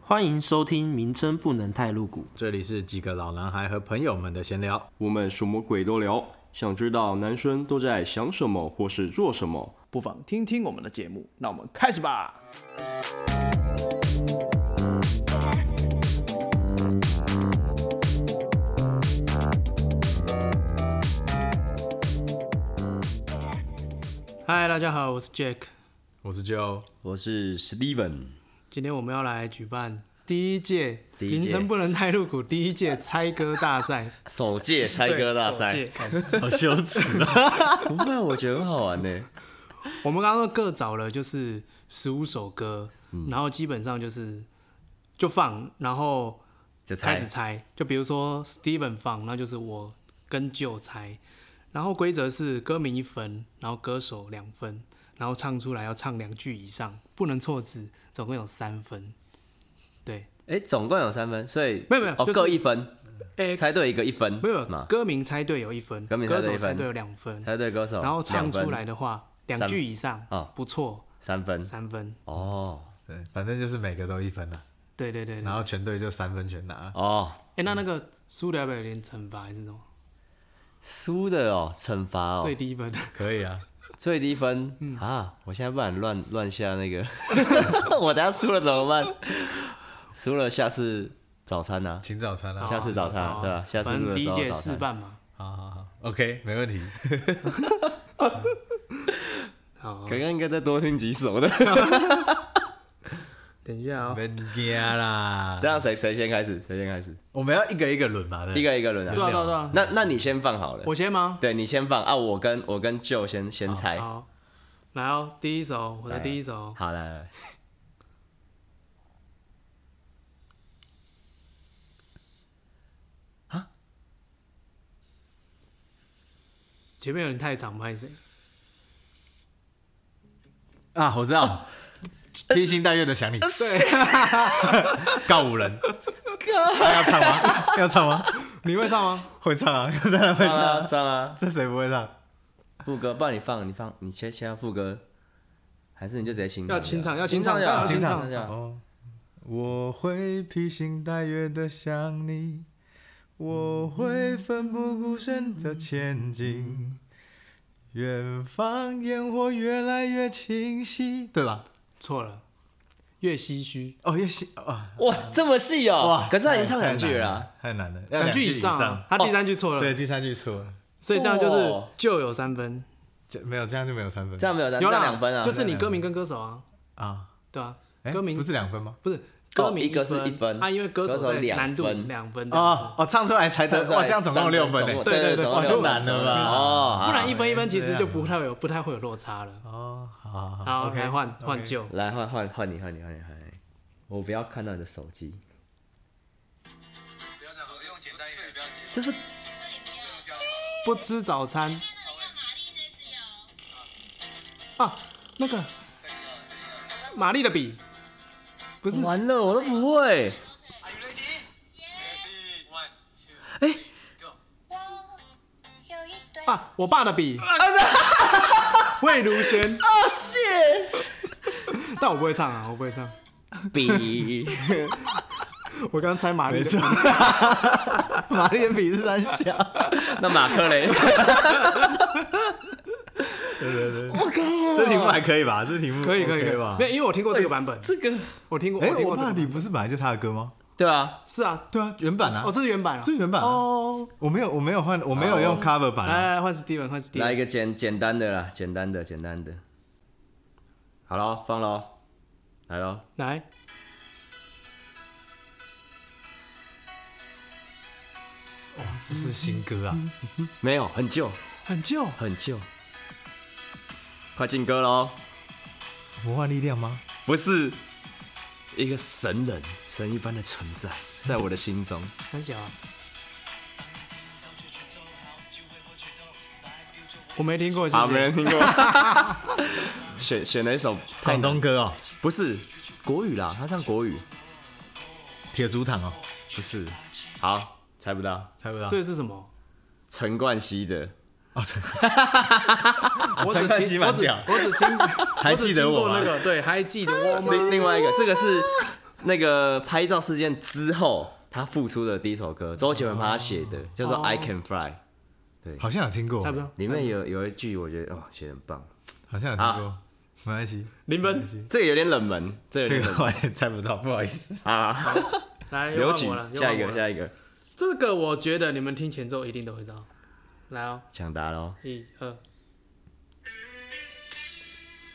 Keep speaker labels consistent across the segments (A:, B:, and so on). A: 欢迎收听，名称不能太露骨。
B: 这里是几个老男孩和朋友们的闲聊，
C: 我们什么鬼都聊，想知道男生都在想什么或是做什么。
D: 不妨听听我们的节目。那我们开始吧。
E: 嗨，大家好，我是 Jack。
B: 我是 Joe。
C: 我是 Steven，
E: 今天我们要来举办第一届
F: 第一届
E: 凌晨不能太露骨第一届猜歌大赛，
F: 首届猜歌大
E: 对
F: 赛，，
E: 首届
B: 好羞耻啊！
F: 不会，我觉得很好玩呢。
E: 我们刚刚各找了就是十五首歌，
F: 嗯
E: 然后基本上就是就放，然后
F: 就
E: 开
F: 猜
E: 始猜。就比如说 Steven 放，那就是我跟 Joe 猜。然后规则是歌名一分，然后歌手两分，然后唱出来要唱两句以上，不能错字，总共有三分。对，
F: 哎，总共有三分，所以
E: 没有没有
F: 哦，
E: 就是
F: 各一分，
E: 哎、
F: 猜对一个一分，
E: 没有
F: 嘛，
E: 歌名猜对有一分，
F: 歌名
E: 歌
F: 猜对
E: 手
F: 一分
E: 猜对有两分，
F: 猜对歌手，
E: 然后唱
F: 两分
E: 出来的话，两
F: 三
E: 句以上
F: 哦
E: 不错，
F: 三分，
E: 三分。
F: 哦
B: 对，反正就是每个都一分了，
E: 对对对对
B: 然。后全队就三分全拿。
F: 哦，
E: 哎、那那个输的要不要有点惩罚还是什么？
F: 输的哦，惩罚哦
E: 最，低分，
B: 可以啊，
F: 最低分
C: 嗯
F: 啊！我现在不敢乱乱下那个， 我等下输了怎么办？输了下次早餐啊，
B: 请早餐啊。
F: 下次早餐
E: 好
F: 对吧？下次
E: 反
F: 录
E: 正
F: 的
E: 第
F: 时
E: 一
F: 候
E: 届
F: 早
E: 试
F: 餐。
E: 办嘛。
B: 好好好，OK，没问题。
E: 好，
F: 刚刚应该再多听几首的，
E: 等一下哦。
B: 人家啊啦
F: 这，样谁谁先开始？谁先开始？
B: 我们要一个一个轮嘛，对不对
F: 一个一个轮
E: 对
F: 啊。
E: 啊对啊对啊，
F: 那那你先放好了，
E: 我先吗？
F: 对你先放啊，我跟我跟舅先先猜。
E: 好，来哦，第一首，我的第一首，
F: 好来来 来
E: 前面有点太长，不好意思。
B: 啊，我知 道。披星戴月的想你， 告五人，那要唱吗？要唱吗？
E: 你会唱吗？
B: 会唱啊， 当然会
F: 上
B: 唱。
F: 啊上啊，
B: 这谁不会唱？
F: 副歌，不然你放你放，你先先要副歌，还是你就直接清唱？
E: 要清唱，要清唱，
F: 清
E: 当
F: 唱
E: 然要清唱。
F: 一下。
B: 哦，我会披星戴月的想你，我会奋不顾身的前进，远方烟火越来越清晰，对吧？
E: 错了，越唏嘘。
B: 哦，越细啊，
F: 哇，这么细哦！
B: 哇！
F: 可是他已经
B: 太
F: 唱两句了啊。，
B: 太难了太难了，要
E: 两句以
B: 以
E: 上啊，他第三句错了，
B: 对，第三句错了，
E: 所以这样就是
F: 哦
E: 就有三分，
B: 就没有这样就没有三分
F: 这样没有，这
E: 有
F: 样
E: 啦
F: 两分啊，
E: 就是你歌名跟歌手啊，
B: 啊。
E: 对啊，
B: 哎
E: 歌名
B: 不是两分吗？
E: 不是歌名
F: 哦一个是一分
E: 啊，因为歌手
F: 歌手
E: 在
F: 两
E: 难度
F: 分
E: 两分这样子
B: 哦哦，唱出来才得
F: 唱出来
B: 哇，这样总共有六分呢。
F: 三总共对
E: 欸对对
F: 总共
B: 哇
F: 六
B: 又难
F: 分，
B: 了
F: 总共
B: 吧
F: 六分哦，
B: 啊
F: 好
E: 不然一分一分其
B: 原
E: 实
B: 来
E: 就是不太会有不太会有落差了。
B: 啊哦，好好好
E: 好，
B: OK，
E: 来换
B: OK
E: 换旧，
F: 来换换换你换你换你换你，我不要看到你的手机。这是
E: 不吃早餐啊，那个玛丽的笔不是
F: 完了，我都不会。
G: 有一堆
E: 啊，我爸 的笔，魏如萱啊，谢，但我不会唱啊，我不会唱，
F: 比
E: 我刚猜玛丽 的笔，
B: 玛丽的笔是三小，
F: 那马克雷，
B: 这题目还可以吧？这题目
E: 可以可以
B: OK
E: 可以
B: 吧
E: 没？有因为我听过这个版本，
F: 这个
E: 我听过，
B: 哎，
E: 我听
B: 我
E: 过这
B: 爸的
E: 个
B: 笔
E: 版本，
B: 不是本来就他的歌吗？
F: 对啊，
E: 是啊，
B: 对啊，原版啊，
E: 哦，这是原版啊
B: 这，是原版哦。我没有，我没有换，我没有
E: 哦
B: 用 cover 版啊。
E: 来来换 Steven 换 Steven，
F: 来一个简简单的啦，简单的简单的。好咯，放咯，来咯，
E: 来，
B: 这是新歌啊，
F: 没有，很旧
E: 很旧，
F: 很旧，快进歌咯。
B: 魔幻力量吗？
F: 不是一个神人，神一般的存 在，在我的心中。
E: 三小啊。我没听过，谢 谢
F: 好，没人听过。 选选了一首太
B: 广
F: 难
B: 东歌哦，
F: 不是国语啦，他唱国语，
B: 铁竹堂哦，
F: 不是。好，猜不到，
B: 猜不到
E: 所。以是什么？
F: 陈冠希的。
B: 哦，陈
E: 我只
B: 陈冠希
E: 听，
B: 蛮
E: 我只
B: 屌
E: 我只听，
B: 还记得
E: 我
B: 我啊吗
E: 只听过那？个，对，还记得我吗？
F: 另另外一个，这个是那个拍照事件之后，他复出的第一首歌，周杰伦帮他写的，叫做《I Can Fly》，
B: 好像有听过，
E: 差不多。
F: 里面有有一句我觉得哦写得很棒，
B: 好像有听过，没关系，
E: 零分，
F: 这个有点冷门，这个有
B: 这
F: 点
B: 个
F: 冷门
B: 我也猜不到，不好意思。
F: 啊。
E: 来，又
F: 刘
E: 换
F: 瑾
E: 我了，，又
F: 下一
E: 换我
F: 个
E: 了
F: 下一个，
E: 这个我觉得你们听前奏一定都会知道。来哦，
F: 抢答喽。
E: 一二，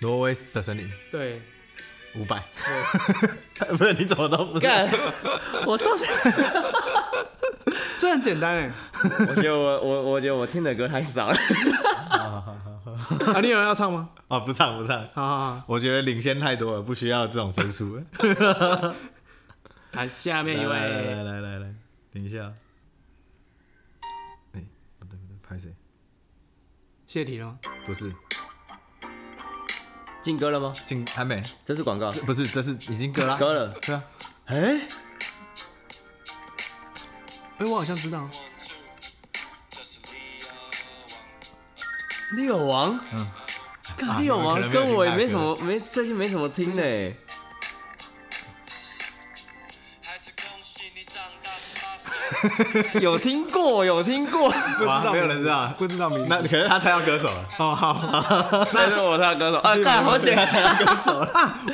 B: 挪威的森林
E: 对，
B: 五百， 不是你怎么都不是？
F: 干，我到现在，
E: 这很简单哎。
F: 我觉得我我我觉得我听的歌太少了。
E: 啊，你有人要唱吗？
B: 哦，不唱不唱，
E: 好好好，
B: 我觉得领先太多了，不需要这种分数了。
E: 来下面一
B: 来来来
E: 位，
B: 来来来，等一下。哎，不对不对，拍谁？
E: 谢题了吗？
B: 不是
F: 进歌了吗？
B: 进还没，
F: 这是广 告，
B: 这不是这是已经割了，
F: 歌了。
B: 对啊，
F: 哎，
E: 哎，我好像知道，
F: 六王，
B: 嗯
F: 干
B: 啊
F: 六
B: 你
F: 王
B: 们可能
F: 跟我也
B: 没
F: 没
B: 有听
F: 什么没最近没什么听的。 有听过，有听过，
B: 不知道没有人知道，不知道名字。那可是他猜到歌手了，
F: 但是我唱歌手啊，干好险！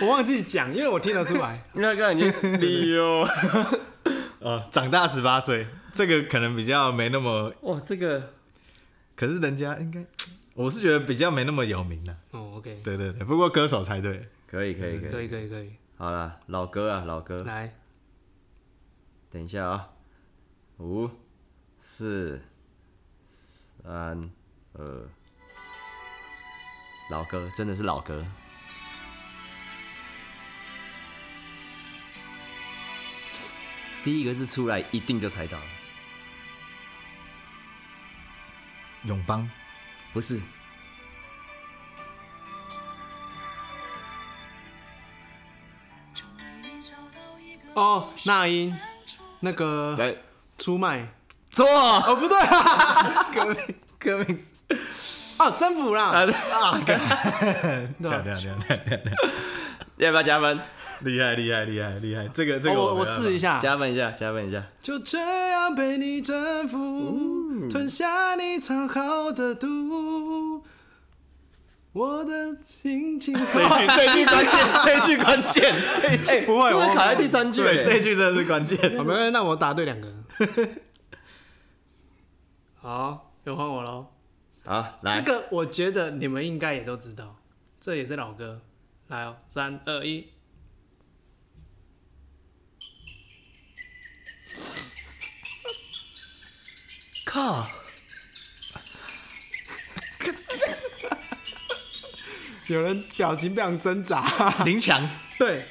E: 我忘记讲，因为我听得出来。
F: 那个已经六，
B: 呃，长大十八岁，这个可能比较没那么，
F: 哇，这个
B: 可是人家应该，我是觉得比较没那么有名的。
E: 哦，OK，
B: 对对对，不过歌手猜对了，
F: 可以，可以，可
E: 可
F: 以，
E: 以可以可以，
F: 好了，老歌啊，老歌，
E: 来，
F: 等一下啊，五、四、三、二，老歌真的是老歌，第一个字出来一定就猜到了，
B: 永邦
F: 不是
E: 哦，那英那个
F: 来
E: 出卖
F: 错
E: 哦，不对啊，
B: 歌名，
E: 啊，征服啦，
B: 漂亮漂亮漂亮，
F: 要不要加分？
B: 厉害厉害厉害厉害，这个这
E: 哦
B: 个
E: 我
B: 我
E: 我试一
B: 下，
E: 下，
F: 加分一下，加分一下，
E: 就这样被你征服，吞下你藏好的毒，我的心 情。哦
B: 这一句这一句关键，这一句关键，这一句
F: 哎，不会，我卡在第三句，
B: 对这一句真的是关键。
E: 好，没关系，那我答对两个。 好，又换我喽。
F: 好，
E: 这
F: 来，
E: 个我觉得你们应该也都知道，这也是老歌。来哦，三二一，
F: 靠，
E: 有人表情非常挣扎。
B: 林强
E: 对，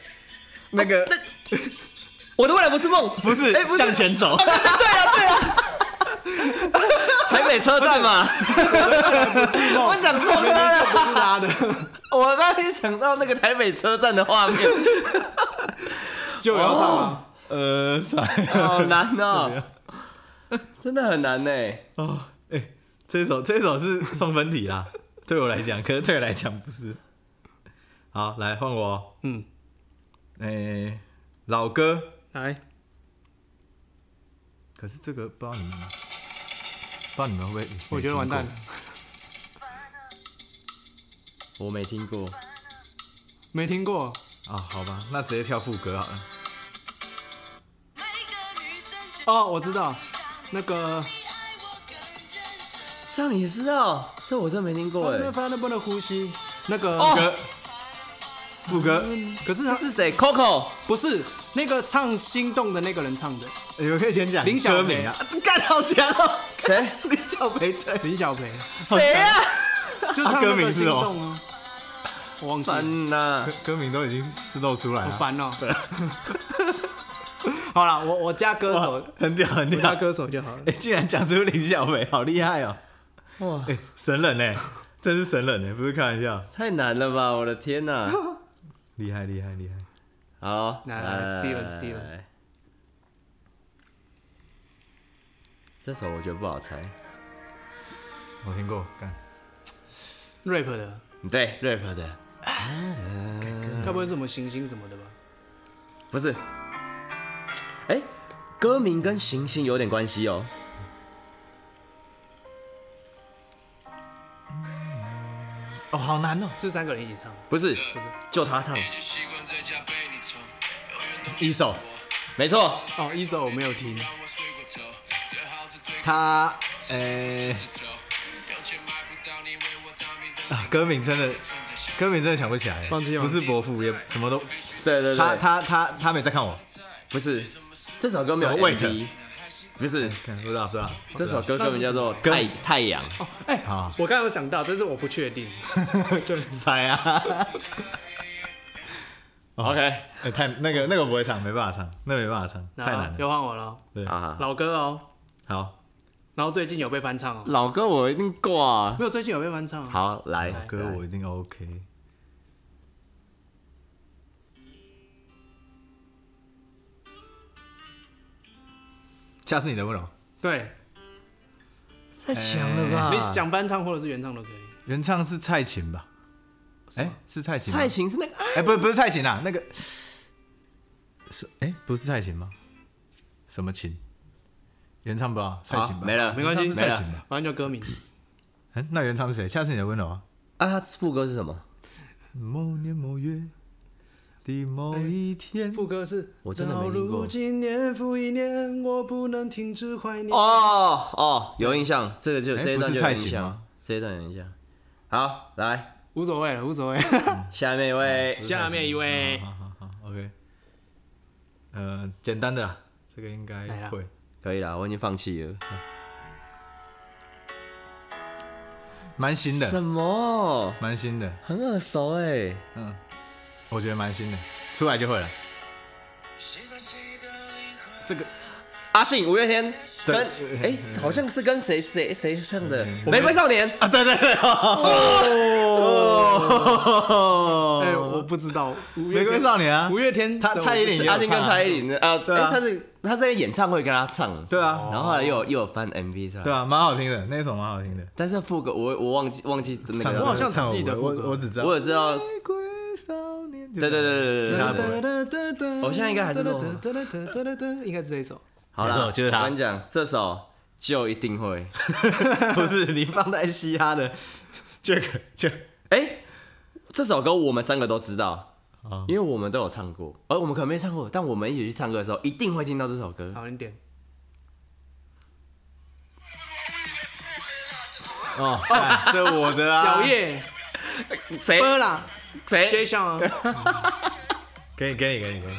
B: 那个
F: 哦我的未来不是梦，
B: 不是
F: 哎，不是
B: 向前走，
F: 台北车站嘛，我想错歌了，不是他的。 我刚才想到那个台北车站的画面，
E: 就我要唱了。
B: 呃，算了
F: 好难哦， 真的很难呢。
B: 哦，哎，这首这首是送分题啦，对我来讲，可是对我来讲不是。好，来换我，
E: 嗯，
B: 哎，老歌，
E: 来，
B: 可是这个不知道你们，不知道你们会不会，
E: 我觉得完蛋了，
F: 我没听过，
E: 没听过。
B: 啊，好吧，那直接跳副歌好了。
E: 哦，我知道，那个
F: 这样你知道？这我真没听过哎。
E: 翻能不能呼吸？那个、
F: 哦，
B: 副歌，
E: 可是
F: 这
E: 他
F: 是谁？Coco，
E: 不是那个唱《心动》的那个人唱的？
B: 你们可以先讲
E: 林小
B: 歌
E: 培
B: 名啊，干好强哦，
F: 谁？
B: 林小培对，
E: 林小培，
F: 谁啊呀？
E: 就唱那
B: 歌
E: 个
B: 名是
E: 《心
B: 什么
E: 动》啊。我忘记了，
F: 烦呐！
B: 歌名都已经是露出来
E: 好
B: 了，
E: 烦 哦。 好了，我我加歌
B: 哇
E: 手，
B: 很屌很
E: 哦我加
B: 屌，
E: 歌手就好了。
B: 哎，竟然讲出林小培，好厉害哦！
F: 哇，
B: 哎、神人哎、真是神人哎、不是开玩笑，
F: 太难了吧！我的天 呐！
B: 厉害厉害厉害！
F: 好，
E: 来来，Steven，Steven
F: 这首我觉得不好猜。
B: 我听过，干
E: rap 的，
F: 对，rap 的
B: 嗯
E: 该不会是什么行星什么的吧？
F: 不是哎歌名跟行星有点关系哦。
B: 哦，好难哦，
E: 是三个人一起唱，
F: 不是，就他唱。
B: 一首
F: 没错，
E: 哦，一首我没有听，
B: 他，呃、啊，歌名真的，歌名真的想不起来，不是伯父，也什么都，
F: 对对
B: 他
F: 对，
B: 他他他没在看我，
F: 不是这首歌没有
B: 什么 Wait
F: MV，不是
B: 看不知道不知道，
F: 这首歌根本叫做
B: 歌
F: 太太阳，
E: 我刚刚有想到，但是我不确定。
B: 猜啊，
F: OK
B: 哎太那个那个我不会唱，没办法唱，那没办法唱，太
E: 那
B: 难
E: 又
B: 了，
E: 换我了，
B: 对，
F: 啊。
E: 老歌哦，
B: 好，
E: 然后最近有被翻唱哦，
F: 老歌我一定挂。
E: 没有最近有被翻唱哦。
F: 好，来
B: 歌我一定 OK，下次你的温柔。
E: 对，
F: 太强了吧
E: 你讲翻唱或者是原唱都可以。
B: 哎原唱是蔡琴吧？哎、是蔡琴吗。
F: 蔡琴是那个，
B: 哎、不，不是蔡琴啊，那个是哎、不是蔡琴吗？什么琴？原唱不知道，蔡琴吧？
F: 没了
E: 没关系
B: 原唱是蔡琴吧？
E: 反正就歌名，
B: 嗯，那原唱是谁？下次你的温柔啊。
F: 啊，它副歌是什么？
B: 某年某月的某
F: 哎
B: 一天，
E: 副歌是
F: 我真的没听过
E: 到如今年复一年，我不能停止怀念。
F: 哦哦，有印象，这个就
B: 哎
F: 这一段
B: 不
F: 就是有
B: 蔡
F: 印
B: 琴
F: 象
B: 吗，
F: 这一段有印象。好，来
E: 无所谓了，无所 谓。
F: 下面一位，
B: 嗯
E: 下面一位，
B: 好好好，OK。呃，简单的啦，这个应该
E: 来啦
B: 会。
F: 可以了，我已经放弃了。
B: 蛮新的，
F: 么？
B: 蛮新的，
F: 很耳熟哎，
B: 我觉得蛮新的，出来就会了。这个
F: 阿信、五月天
B: 对
F: 跟哎，好像是跟谁谁谁唱的《
B: 我们
F: 玫瑰少年》
B: 啊，对对对，哦，
E: 哎，我不知道，五月
B: 玫
E: 天
B: 瑰少年啊
E: 五，月天，
B: 他蔡依林也有
F: 阿信跟
B: 唱啊
F: 蔡依林的啊，
B: 对啊
F: 哎，他是他在演唱会跟他唱，
B: 对啊，
F: 然后后来又有又有翻 MV 出
B: 对
F: 来，
B: 啊，蛮好听的，那首蛮好听的。
F: 但是副歌我我忘记忘记那
B: 唱
F: 个
B: 得
E: 我好像只
B: 唱得
E: 记得
B: 我
E: 副歌
B: 我我只知道。
F: 我也知道，
B: 玫瑰少年，对
F: 对对对对对
B: 其他
F: 对
B: 不
F: 对。
B: 会
E: 哦
F: 我现在应该还是弄
E: 应该是这一首。
F: 好
B: 没
F: 了，
B: 错就是它
F: 我跟你讲，这首就一定会。
B: 不是你放在嘻哈的这个这个
F: 哎、这首歌我们三个都知道，
B: 哦
F: 因为我们都有唱过，而、我们可能没唱过，但我们一起去唱歌的时候一定会听到这首歌。
E: 好，你点。
B: 哦，哎这我的啊，
E: 小叶，
F: 谁
E: 歌啦
F: 谁
E: ，J 项 啊，
B: 给你给你给你给你，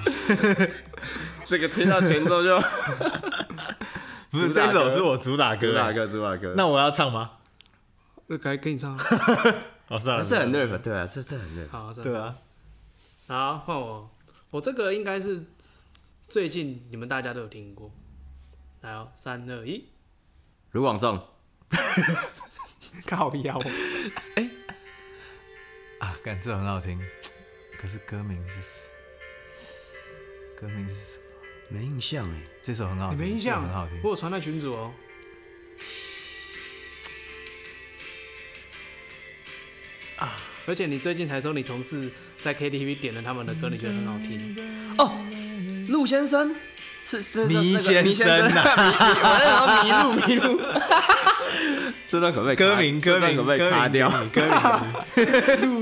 F: 这个听到前奏就
B: 不是
F: 主打
B: 这首
F: 歌
B: 是我主打歌，
F: 主打，歌主打歌，
B: 那我要唱吗？
E: 来给你唱。啊
B: 哦，算了，
F: 这很
B: 算了
F: rap 对啊，这这很 rap。
E: 好，这
B: 对啊，
E: 好，换我。我这个应该是最近你们大家都有听过。来哦，三二一，
F: 卢广仲，
E: 靠腰。
B: 啊，干这很好听，可是歌名是什歌名是什么？
F: 没印象哎，
B: 这首很好
E: 你
B: 听，
E: 没印象
B: 这首很好听
E: 我。有传到群主哦。啊！而且你最近才说你同事在 KTV 点了他们的歌，你觉得很好听。
F: 陆先生是是
B: 迷
F: 那个
B: 先
F: 迷
B: 生啊
F: 迷我在想迷路迷 路。这段可不可以卡
B: 歌名歌
F: 啊这段
B: 名
F: 可不
B: 歌
F: 可以
B: 名
F: 卡掉？
B: 歌名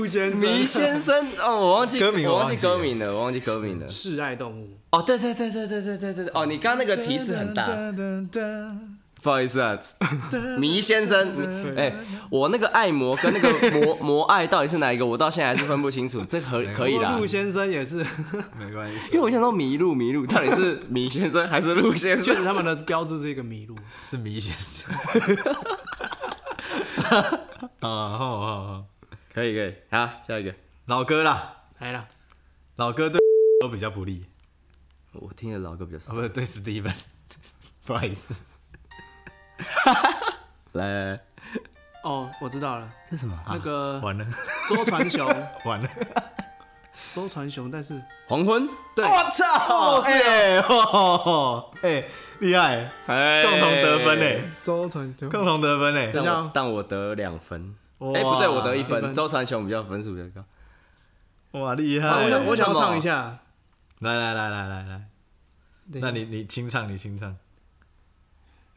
E: 陆先
F: 迷先生哦，我忘记
B: 歌名
F: 我
B: 我
F: 忘记
B: 忘记了
F: 歌名了，我忘记歌名了。
E: 示爱动物，
F: 哦，对对对对对对对对对，哦，你刚刚那个提示很大，不好意思啊，迷先生，哎，我那个爱魔跟那个魔 魔爱到底是哪一个，我到现在还是分不清楚，这可可以啦
E: 陆。先生也是，
B: 没关系，
F: 因为我想说迷路迷路，到底是迷先生还是陆先
E: 确
F: 生？
E: 实他们的标志是一个麋鹿。
B: 是迷先生。 啊，好好好，
F: 可以可以，好，下一个，
B: 老歌啦，
E: 来了，
B: 老歌对都比较不利，
F: 哦我听的老歌比较
B: 啊，
F: 少
B: 不。是对 Steven，不好意思，
F: 来来，来
E: 哦，我知道了，
F: 这什么？
E: 那个
B: 啊 完了
E: 周传 雄，
B: 完了，
E: 周传雄，但是
F: 黄昏，
E: 对，
B: 操，哎，哦哎， 厉害，
F: 哎
B: 共同得分哎，
E: 周传雄，
B: 共同得分哎，
F: 但
E: 等一下
F: 我
E: 哦
F: 但我得两分，
B: 哇
F: 哎，不对，我得一分，
E: 分
F: 周传雄比较分数比较高。
B: 哇，厉
E: 啊
B: 害
E: 我，想我想
F: 为什么
E: 唱一下，
B: 来来来来来来，
E: 对
B: 那你你清唱，你清唱。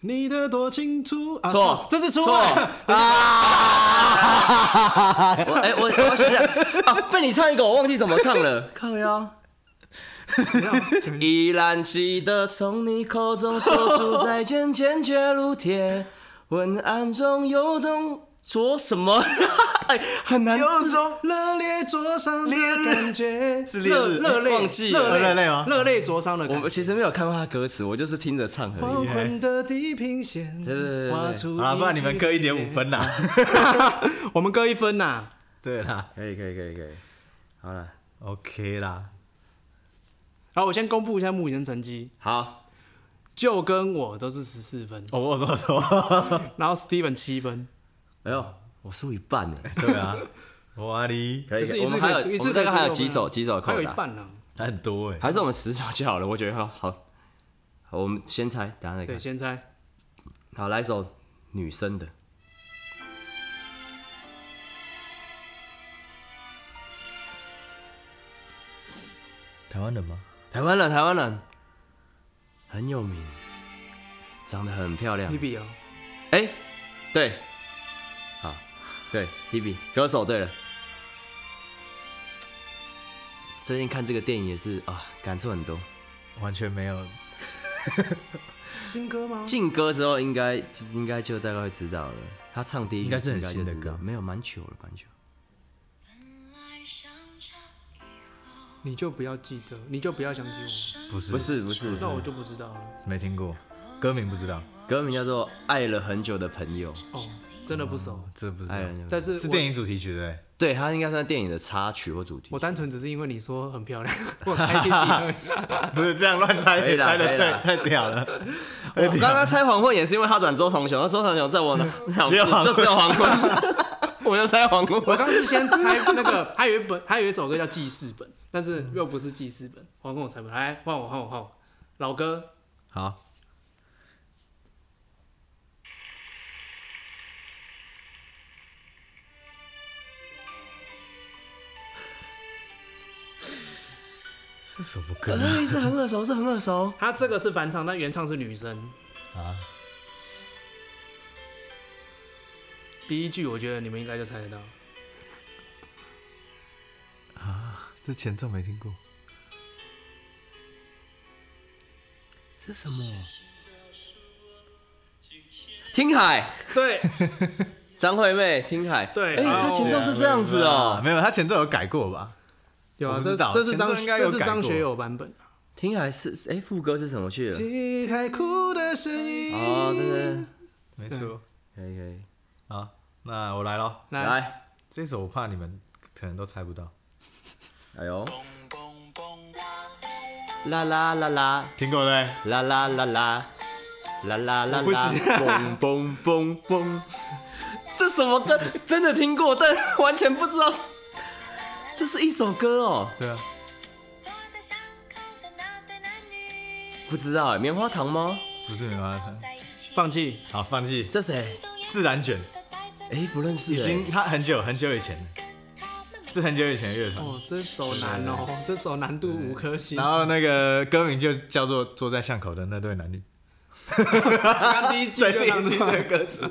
E: 你的多清楚啊，
F: 错
E: 这是错
F: 错
E: 了。
F: 我哎、我我想想啊，被你唱一个，我忘记怎么唱 了。靠呀！依然记得从你口中说出再见，坚决如铁。昏暗中有种说什么？ 哎、很难。
B: 有种
E: 热烈灼伤的感觉，
B: 是烈
E: 热
B: 日
E: 热泪，
F: 哎忘记了
E: 热
B: 热泪吗
E: 热泪灼伤的
F: 我
E: 感
F: 们
E: 觉。
F: 其实没有看过他歌词，我就是听着唱而已。
E: 黄昏的地平线，
F: 对对对对
E: 画出
B: 啊，不然你们各一点
E: 点
B: 五，分啦。
E: 我们各一分呐。
B: 对啦
F: 可以可以可以可以，好了，
B: ，OK 啦。
E: 好，我先公布一下目前成绩，
F: 好，
E: 就跟我都是十四分，
B: 哦，我说说。
E: 然后 Steven 七分，
F: 哎呦，我输一半呢。
B: 对啊，哇哩，
F: 可
E: 可
F: 以，
E: 是
F: 可以
E: 一
F: 我
E: 次
F: 们
E: 可
F: 还
E: 以
F: 有
E: 出一
F: 我
E: 次
F: 们大
E: 可以
F: 概
E: 出
F: 还有
E: 六
F: 几
E: 分啊
F: 首几首
E: 还
F: 扣
E: 有一
F: 打，
E: 半呢。
B: 还很多哎。
F: 还是我们十首就好了。我觉得好，好好我们先猜，等一下再看
E: 对，。先猜，
F: 好，来一首女生的。
B: 台湾人吗？
F: 台湾人，台湾人很有名，长得很漂亮
E: 一。比哦，
F: 哎、对，好，对，Hebe 歌手对了。最近看这个电影也是啊，感触很多。
B: 完全没有。
E: 新歌吗？
F: 进歌之后应该应该就大概会知道了。他唱第一
B: 应该是很新的
F: 应该就知道
B: 歌
F: 没有蛮久了，蛮久。
G: 爱上这以
E: 你就不要记得，你就不要想起
B: 不是
F: 不，是不是，
E: 我，那我就不知道了。
B: 没听过，歌名不知道，
F: 歌名叫做《爱了很久的朋友》，
E: 哦，真的不熟，
B: 这不知道
F: 爱了。很久的
E: 但是
B: 是
E: 我
B: 电影主题曲对
F: 对他应该算电影的插曲或主题曲。
E: 我单纯只是因为你说很漂 亮，我猜第一而已。
B: 不对？ 不是这样乱猜，
F: 可以啦
B: 猜的
F: 可以啦
B: 对，太屌了。
F: 我刚刚猜黄昏也是因为他转周长雄，那周长雄在我脑脑子
B: 只有黄昏
F: 就只有黄昏， 我就猜黄
E: 我
F: 昏。
E: 刚是先猜那个，还有一本，还有一首歌叫记事本，但是又不是记事本，黄宏猜不来，换我换我换我，老歌
B: 好，这首不歌啊
F: 是很耳熟，是很耳熟。
E: 他这个是翻唱，但原唱是女生。
B: 啊？
E: 第一句我觉得你们应该就猜得到，
B: 这前奏没听过，
F: 这什么？听海，
E: 对
F: 张惠妹，听海。
E: 对
F: 哎，
E: 好
F: 他前奏是这样子
B: 啊，
F: 哦。
B: 没有，他前奏有改过吧？
E: 有
B: 我
E: 啊，
B: 不
E: 这
B: 知道
E: 这是
B: 前奏
E: 张
B: 应该有
E: 这是
B: 改
E: 张
B: 过
E: 学友版本。
F: 听海是哎，副歌是什么去了？
E: 你开哭的声音。
F: 哦，对对，对
B: 没错。
F: 可以可以。
B: 好，那我来咯。
E: 来，
F: 来，
B: 这首我怕你们可能都猜不到，
F: 哎呦。啦啦啦啦
B: 听过对？
F: 啦啦啦啦啦啦啦啦，
B: 不行
F: 嘣嘣嘣嘣，这什么歌？真的听过，但完全不知道，这是一首歌哦，
B: 对啊，
G: 躲在巷口的那对男女
F: 不知道哎，棉花糖吗？
B: 不是棉花糖。
G: 在一起，
E: 放弃。
B: 好，放弃。
F: 这谁？
G: 都要
B: 自然卷
G: 都待在
F: 哎，不认识
B: 已经
F: 哎，
B: 他很久很久以前了，
G: 他们
B: 是很久以前的乐团。
E: 哦，这首难哦，这首难度五颗星
B: 然。后那个歌名就叫做《坐在巷口的那对男女》，
E: 刚第一句
B: 对
E: 就
B: 第
E: 让
B: 一句
E: 出来
B: 的歌词。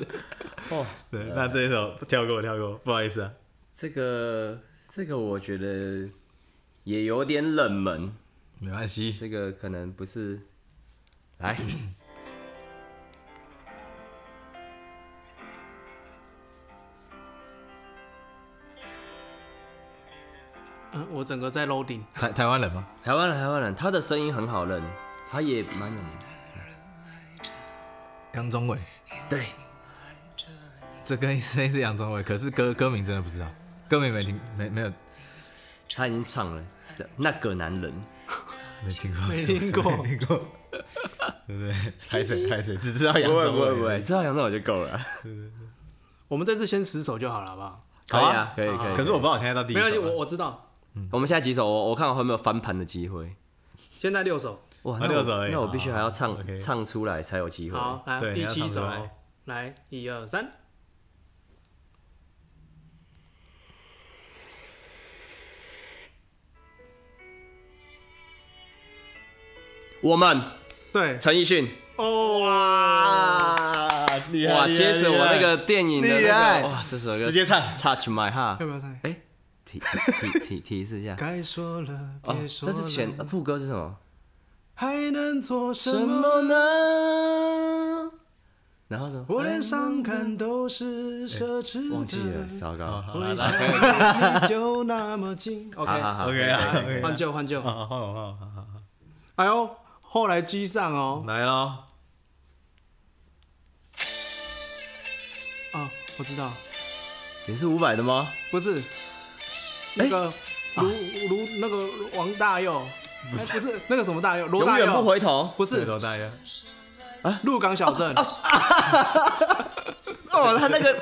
F: 哦，
B: 对，那这一首跳过跳过，不好意思啊。
F: 这个这个我觉得也有点冷门，
B: 没关系，
F: 这个可能不是，来，
E: 嗯，我整个在 loading。
B: 台台湾人吗？
F: 台湾人台湾人，他的声音很好认，他也蛮有名的。
B: 杨宗纬，
F: 对，
B: 这跟谁是杨宗纬？可是歌歌名真的不知道，歌名没听没没有
F: 他已经唱了《那个男人》，
B: 没听过，
E: 没听过
B: 没听 过，对 不对？拍谁拍谁，只知道杨宗纬。
F: 知道杨宗纬就够了。啊
E: 我们这次先十首就好了，好不好？
F: 可
B: 好
F: 以
B: 啊
F: 啊，可以可以。
B: 可是我不知道我现在到第一
E: 没
B: 首
E: 关系，
B: 了
E: 我。我知道。
F: 我们现在几首，我我看我有没有翻盘的机会。
E: 现在六首，
F: 哇，
B: 啊
F: 那
B: 六首
F: 我
B: 而已
F: 那我必须还要
B: 好好
F: 唱
B: ，OK
F: 唱出来才有机会。
E: 好，来
B: 对
E: 第七首
B: 你要唱出
E: 哦
B: 来，
E: 来一二三，
F: 我们
E: 对，
F: 陈奕迅。
E: 哇，
B: 厉害
F: 哇，
B: 厉害
F: 接着我那个啊电影的那
B: 厉害
F: 个，哇，这首歌
B: 直接唱
F: Touch My Heart
E: 要。不要猜？
F: 哎，提提提提示一下，
E: 该说了，
F: 哦
E: 别，说
F: 这
E: 了。
F: 是前副歌是什么？
E: 还能做什
F: 什么
E: 么？
F: 呢？然后什么？
E: 我连伤感都是奢侈的。
F: 哎忘记了，糟
B: 哦
F: 糕。
E: 我一想到你就那么近。OK，
F: 好好哦
B: OK 啊，OK
E: 换
B: 啊，
E: 旧换旧。
B: 好换我换我，好好好
E: 哎呦，后来居上哦。
B: 来喽，
E: 啊，我知道，
F: 也是五百的吗？
E: 不是那个
F: 哎
E: 卢卢那个王大佑，不是不是那个什么大佑，罗
F: 永
E: 大
F: 远不
E: 佑，
F: 回 头。
E: 不是哎
B: 多大呀？
E: 鹿港小镇。
F: 哦，他那个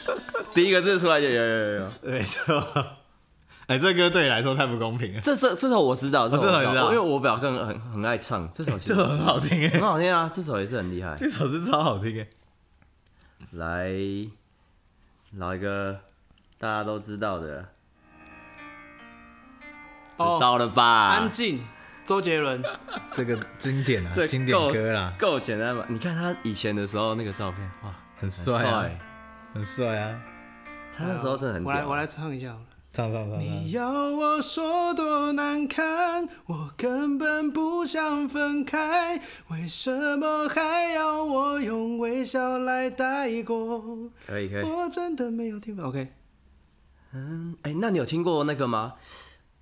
F: 第一个字出来就有有有有。
B: 没错， 哎，这歌对你来说太不公平了，
F: 这首这首我知道，这首
B: 哦这首
F: 我
B: 你
F: 知
B: 知道
F: 道，因为我表哥很很爱唱这 首，
B: 这首很好听
F: 很
B: 哎，
F: 好听啊，这首也是很厉害。
B: 这首是超好听哎，
F: 来，来一个大家都知道的，知
E: 哦
F: 道了吧？
E: 安静，周杰伦，
B: 这个经典啊，
F: 这
B: 经典
F: 够
B: 歌啦，
F: 够简单吧？你看他以前的时候那个照片，哇，
B: 很
F: 很
B: 帅啊，很帅啊，
F: 他那时候真的很
E: 哎
F: 屌。
E: 我来我来唱一下好了。
B: 唱唱唱唱
E: 你。要我说多难堪，我根本不想分开，为什么还要我用微笑来带过？
F: 可以可以。
E: 我真的没有听懂。OK，
F: 嗯，哎，那你有听过那个吗？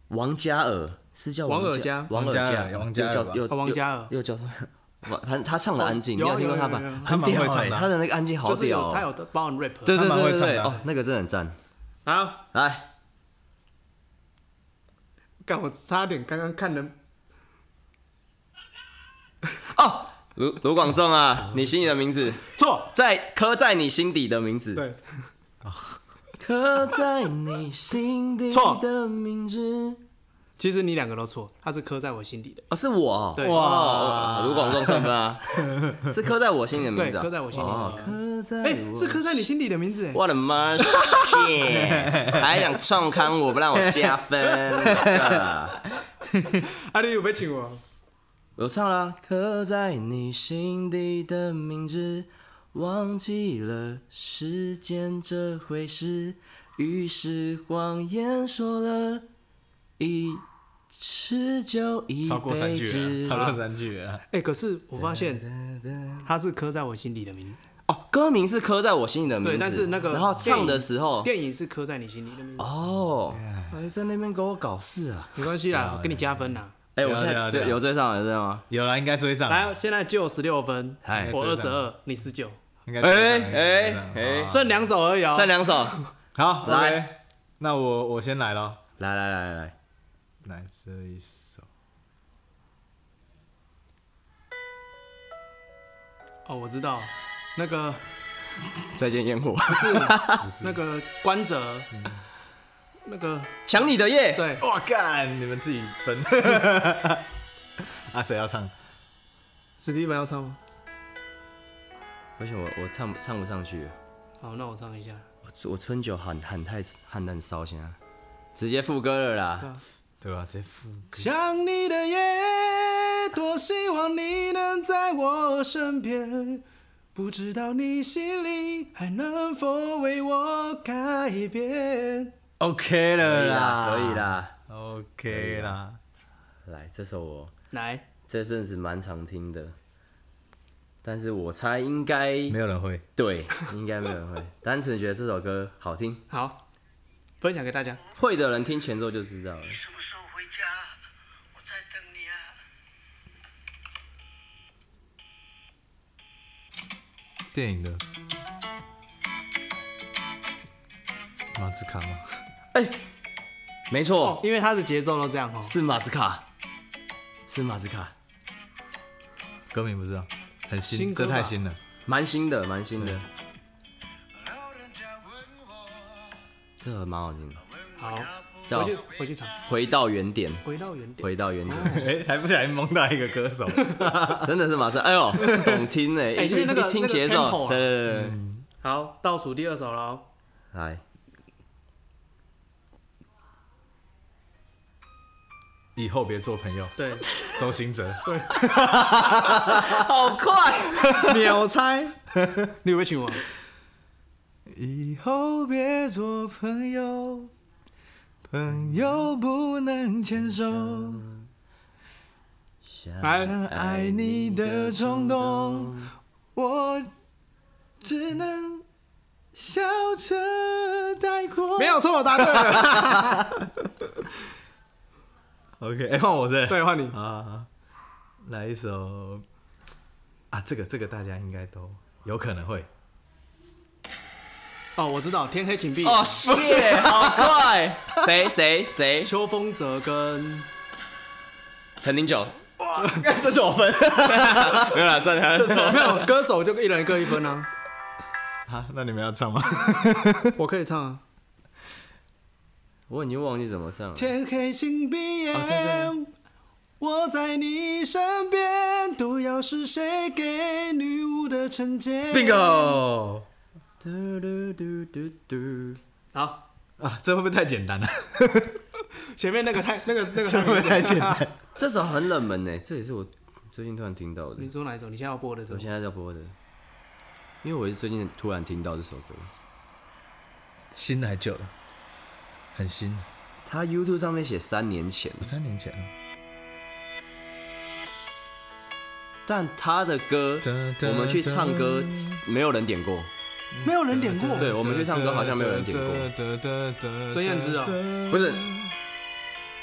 F: 王嘉尔是叫
E: 王尔
F: 嘉
E: 嘉，
F: 王尔
B: 王嘉尔
F: 又
B: 王嘉尔
F: 叫
B: 吧
F: 又
E: 哦王
F: 又
E: 嘉尔
F: 又叫什么？王他他唱的安静，你
E: 有
F: 有听过
E: 有
F: 他
E: 有有
F: 吧
E: 有？
B: 他
F: 很
B: 蛮会
F: 屌
B: 唱
F: 哎，
B: 的啊
F: 他的那个安静好
E: 就是
F: 屌
E: 有他有
F: 哦。
E: 帮我 rap。
F: 对对
B: 他蛮
F: 对
B: 会
F: 对
B: 唱
F: 对，
B: 的啊
F: 哦，那个真的很赞。
E: 好，
F: 来，
E: 干我差点刚刚看人，
F: 哦，卢卢广仲啊，你心里的名字
E: 错，
F: 在刻在你心底的名字，
E: 对，
F: 刻在你心底
E: 错
F: 的名字。
E: 其实你两个都错，他是刻在我心底的。
F: 啊，是我哦
E: 对
F: 哇，卢广仲成分 啊，是刻在我心里的名字啊，
E: 对刻在我心里的
F: 哦
E: 名
F: 刻在
E: 哎、
F: 我
E: 是刻在你心底的名字哎。
F: 我的妈 shit，还想创刊我不让我加分，
E: 哎阿丽有没有请我？
F: 我唱啦，刻在你心底的名字，忘记了时间这回事，于是谎言说了一次就一
B: 超过三
F: 辈
B: 句
F: 子
B: 了，。超过三句了。
E: 哎、可是我发现他是刻在我心底的名字。
F: 哦，歌名是刻在我心里的名字，
E: 对但是那个
F: 然后唱的时候，
E: 电影是刻在你心里的名字，
F: 哦，还在那边给我搞事啊！
E: 没关系啦，我给你加分啦。
F: 哎，
B: 对啊
F: 我现
B: 对
F: 在
B: 啊
F: 这
B: 对啊
F: 有追上有追上吗？
B: 有啦，应该追上了，
E: 来，现在就十六分，
F: 啊嗨啊
E: 我
B: 这
E: 二
B: 个
E: 十二，你十九，
B: 应该追上了。
F: 哎
B: 应该追上
F: 哎
B: 了
F: 哎，
E: 剩两首而已哦
F: 三。两首，
B: 好，
F: 来
B: 来，那我我先来咯，
F: 来来来来，
B: 来这一首，
E: 哦，我知道，那个
F: 再见烟火，
E: 那个关喆，
F: 嗯
E: 那个
F: 想你的夜，
E: 对，
B: 哇干，你们自己分。 啊，谁要唱？
E: 史蒂文要唱吗？
F: 而且我我唱不唱不上去，
E: 好，那我唱一下。
F: 我我春酒喊喊太喊得很烧现在，直接副歌了啦。
B: 对吧？直接副歌。
E: 想你的夜，多希望你能在我身边。不知道你心里还能否为我改变？
B: OK
F: 可
B: 了
F: 以
B: 啦，
F: 啦，可以。啦。
B: OK 啦，
F: 来，这首我
E: 来，
F: 这阵子蛮常听的，但是我猜应该
B: 没有人会。
F: 对，应该没有人会，单纯觉得这首歌好听，
E: 好，分享给大家。
F: 会的人听前奏就知道了。
H: 什么时候回家？我在等你啊。
B: 电影的马子卡吗？
F: 没错，
E: 因为他的节奏都这样哦。
F: 是马子卡，是马子卡，
B: 歌名不知道，很新，
E: 新歌
B: 这
E: 吧
B: 太新了。
F: 蛮新的，蛮新的，这首蛮好听的，
E: 好，
F: 叫
E: 回去
F: 《
E: 回去唱，
F: 回到原点》，
E: 回到原点。
F: 回到原点，
B: 哎，还不小心蒙到一个歌手。
F: 真的是马子，哎 呦，懂听哎，
E: 哎
F: 一
E: 因为那个
F: 一听节
E: 那个 tempo
F: 奏，
E: 啊
F: 对对对对，
E: 好，倒数第二首哦喽。
F: 来，
B: 以后别做朋友。
E: 对，
B: 周兴哲，对，
F: 好快，
E: 秒猜，你有没有请我？
B: 以后别做朋友，朋友不能牵手，
E: 来，
B: 爱你的冲动，我只能笑着带过。
E: 没有错，答对了。
B: OK，哎换我这，
E: 对，换你。
B: 啊，来一首啊，这个这个大家应该都有可能会。
E: 哦，我知道，天黑请闭眼。
F: 哦，谢，好快， 谁谁谁，
E: 秋风泽跟
F: 陈零九，
B: 这是我分
F: 没有啦，算了，
E: 没有歌手就一人各一分啊。
B: 啊，那你们要唱吗？
E: 我可以唱啊。
F: 我已经忘记怎么唱了。
E: 天黑请闭眼，我在你身边，毒药是谁给女巫的惩 戒
B: Bingo
F: 嘟嘟嘟嘟嘟，
E: 好，
B: 啊，这会不会太简 单了？
E: 前面那个 太那个那个
B: 这
E: 太
B: 会不会太简单？
F: 这首很冷门呢，这也是我最近突然听到的
E: 你。说哪一首？你现在要播的是
F: 我
E: 什
F: 现
E: 么？
F: 在在播的，因为我是最近突然听到这首歌，
B: 新的还旧的？很新，
F: 他 YouTube 上面写三年前，
B: 三年前了。
F: 但他的歌我们去唱歌没有人点过，
E: 没有人点过。
F: 对我们去唱歌好像没有人点过，
B: 过
E: 孙燕姿啊
F: 不是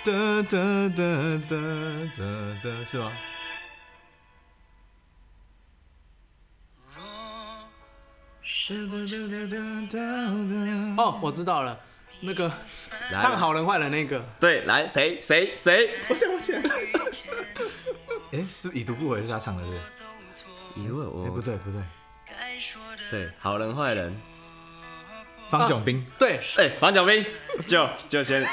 B: 哒哒哒哒哒哒，是吗？
E: 哦，我知道了，那个
F: 来
E: 唱好人坏人那个，
F: 对，来谁谁谁，
B: 哎，是不是已读不回是他唱的？对，
F: 因为
B: 哎，不
F: 我
B: 对不对，
F: 对好人坏人，
B: 方炯斌
E: 对，
F: 哎，黄晓明就就先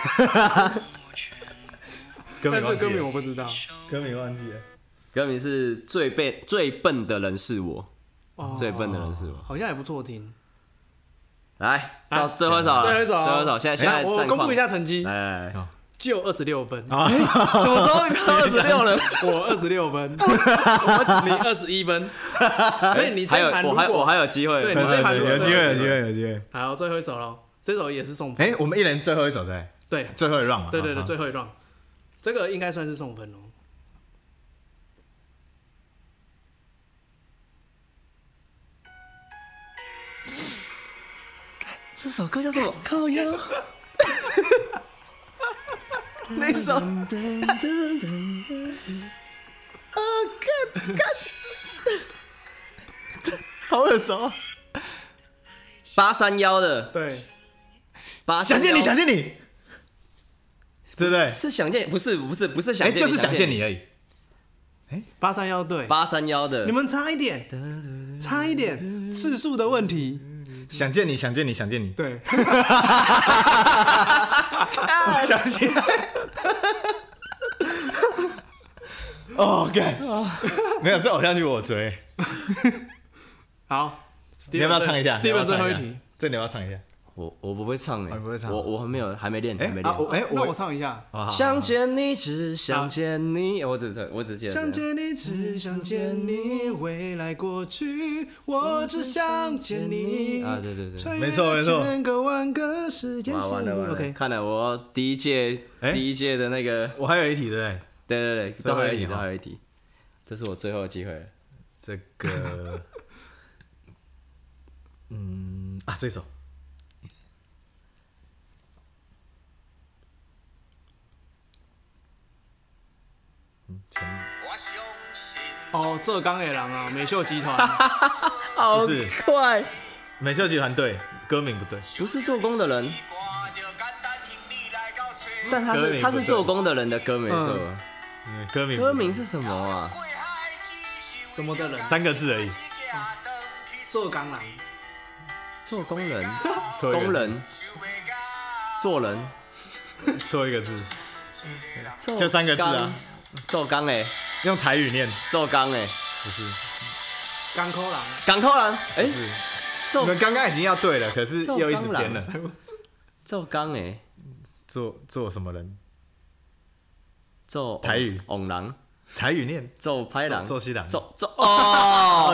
B: 歌
E: 但
B: 名
E: 是
B: 忘记
E: 歌名
B: 了
E: 我，不知道。
B: 歌名忘记了。
F: 歌名是最笨最笨的人是我，
E: 哦
F: 最笨的人是我，
E: 好像也不错听。
F: 来到最后一首了，
E: 啊最后一首，
F: 啊最后一首，现在现
E: 哎
F: 在
E: 我
F: 战
E: 公
F: 况
E: 布一下，啊成绩，
F: 来来来，
E: 就二十六分，哎
F: 什么时候 你到二十六了？
E: 我二十六分， 我你二十一分，所以你
F: 哎还
E: 这
F: 有
E: 盘
F: 我还
E: 如果
F: 我还有机会，
E: 对
B: 有
E: 你这盘如果
B: 有机会，有机会，有机会。
E: 好，最后一首喽，这首也是送分。
B: 哎，我们一人最后一首对，
E: 对
B: 最后一啊 round 嘛。
E: 对对对，
B: 好
E: 最后一 round，这个应该算是送分哦。
F: 这首歌叫什么？靠腰。那 首。
E: 哦
B: 好耳熟啊。
F: 八三幺的
E: 对，
F: 八，
B: 想见你，想见你，对不对？
F: 是想见，不是不是不是想
B: 哎，
F: 见你，
B: 就是想见
F: 你。
B: 你而已。
E: 八三幺对，
F: 八三幺的，
E: 你们差一点，差一点次数的问题。
B: 想见你，想见你，想见你。
E: 对，
B: 我想起来。 哦，干，没有这偶像剧我追，
E: 好，
B: 你要不要唱一下
E: Steven
B: 你要不要
E: 最后
B: 唱
E: 一
B: 一下
E: 题，
B: 这你要不要唱一下。
F: 我我不会唱哎，
B: 哦你不会唱
F: 我我还没有还没练，还
B: 哎
F: 没
B: 啊，我
F: 练。
B: 哎
E: 那我
B: 我
E: 唱一下。
F: 想见你，只想见你，我只我只记得这
E: 想
F: 样。
E: 见你，只想见你，未来过去，我只想见你。
F: 啊，对对对。
E: 穿越
B: 没错没错
E: 千个万个世界
F: 哇，
E: 线
F: 完了完了
E: 路。OK，
F: 看来我第一届
B: 哎
F: 第一届的那个，
B: 我还有一题对不对？
F: 对对对，
B: 最
F: 都
B: 后
F: 还
B: 一题
F: 有一题，都
B: 哦
F: 还有一题，这是我最后的机会了。
B: 这个， 嗯啊，这首
E: 哦，浙江野狼啊，美秀集 团，
B: 不是
F: 快，
B: 美秀集团队，歌名不对，
F: 不是做工的人，但他是他是做工的人的歌没错。
B: 嗯歌名不对
F: 歌名是什么啊？
E: 什么的人？
B: 三个字而已，
E: 浙江狼，
F: 做 工人，
B: 错一个字
F: 工人，做人，
B: 错一个字，
F: 做
B: 就三个字啊
F: 哦钢，做钢哎，
B: 用台语念，
F: 做钢哎，
B: 不是，
E: 港口狼，
F: 港口人哎，
B: 你们刚刚已经要对了，可是
F: 做
B: 又一直
F: 钢啊
B: 偏
F: 狼
B: 了，
F: 做钢哎，
B: 做做什么人？
F: 做
B: 台语
F: 翁人，
B: 台语念
F: 做拍人，
B: 做做西人哎
F: 做做哦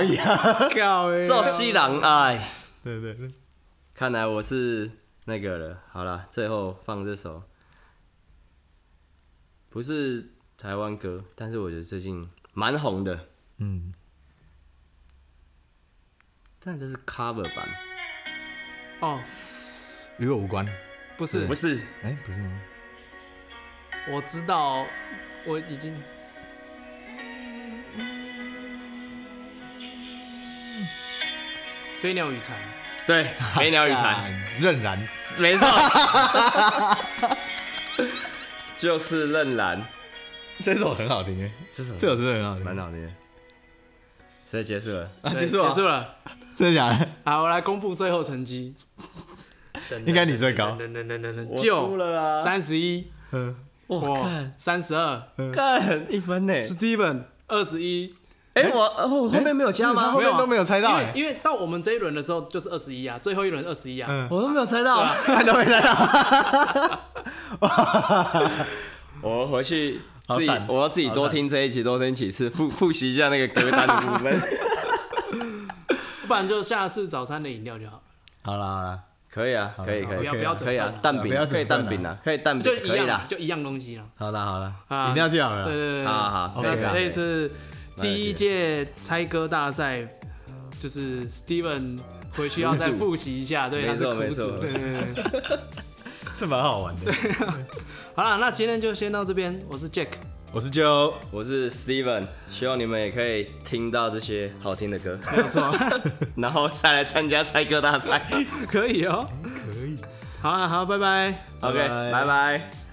E: 靠哎
F: 做西人，哎，
B: 对对对，
F: 看来我是那个了。好了，最后放这首，不是台湾歌，但是我觉得最近蛮红的，
B: 嗯，
F: 但这是 cover 版，
E: 哦，
B: 与我无关。
E: 不是
F: 不，是
B: 哎、不是吗？
E: 我知道，我已经飞鸟与蝉，
F: 对，飞 鸟与蝉，
B: 惨，啊任然。
F: 没 错，就是任然，
B: 这首很好听哎，
F: 这首
B: 这首真的很好听，
F: 蛮好听的，所以结束了。
B: 啊，
E: 对
B: 结束了，
E: 结束了。
B: 真的假的？
E: 好，我来公布最后成绩。
B: 应该你最高，
E: 等等等等等，
F: 输
E: 就
F: 了啊
E: 三十一，
B: 嗯，
E: 我三十二
F: 嗯干一分呢？
E: ，Steven 二十一，啊
F: 哎，我我后面没有加吗？
B: 后面都没有猜到
E: 因为
B: 哎，
E: 因为到我们这一轮的时候就是二十一啊，最后一轮二十一啊，
B: 嗯
F: 我都没有猜到。
B: 看都没猜到，
F: 我回去
B: 好
F: 自己
B: 惨，
F: 我要自己
B: 好
F: 多
B: 惨
F: 听这一集，多听几次，复复习一下那个歌单的部分。
E: 不然就下次早餐的饮料就好，
B: 好了好了，
F: 可以啊，可以
B: 好
F: 可
E: 不
F: 以
E: 要
B: 可以啊
E: 不要
F: 可以
E: 整
F: 啊
E: 份，，
F: 蛋
B: 不
F: 饼
B: 要
F: 可以
B: 整份
F: 蛋饼
B: 啊
F: 啊，可以蛋饼
E: 就，一
F: 可以
E: 样
F: 啦
E: 嘛，。就一样东西了。
B: 好了好了，
E: 啊
B: 饮料就好了，
E: 对对对，对
F: 好好好
E: 那
B: OK 啊
E: 这一次第一届猜歌大赛，就是 Steven 回去要再复习一下，对，
F: 没
E: 他是
F: 错
E: 苦
F: 没错
E: 主。对对对对
B: 这蛮好玩 的。
E: 好了，那今天就先到这边，我是 Jack，
B: 我是就
F: 我是 Steven，希望你们也可以听到这些好听的歌，
E: 没有错，
F: 然后再来参加猜歌大赛。
E: 可以哦。
B: 可以。
E: 好了，好，拜拜。
F: OK，
B: 拜拜
F: 拜拜。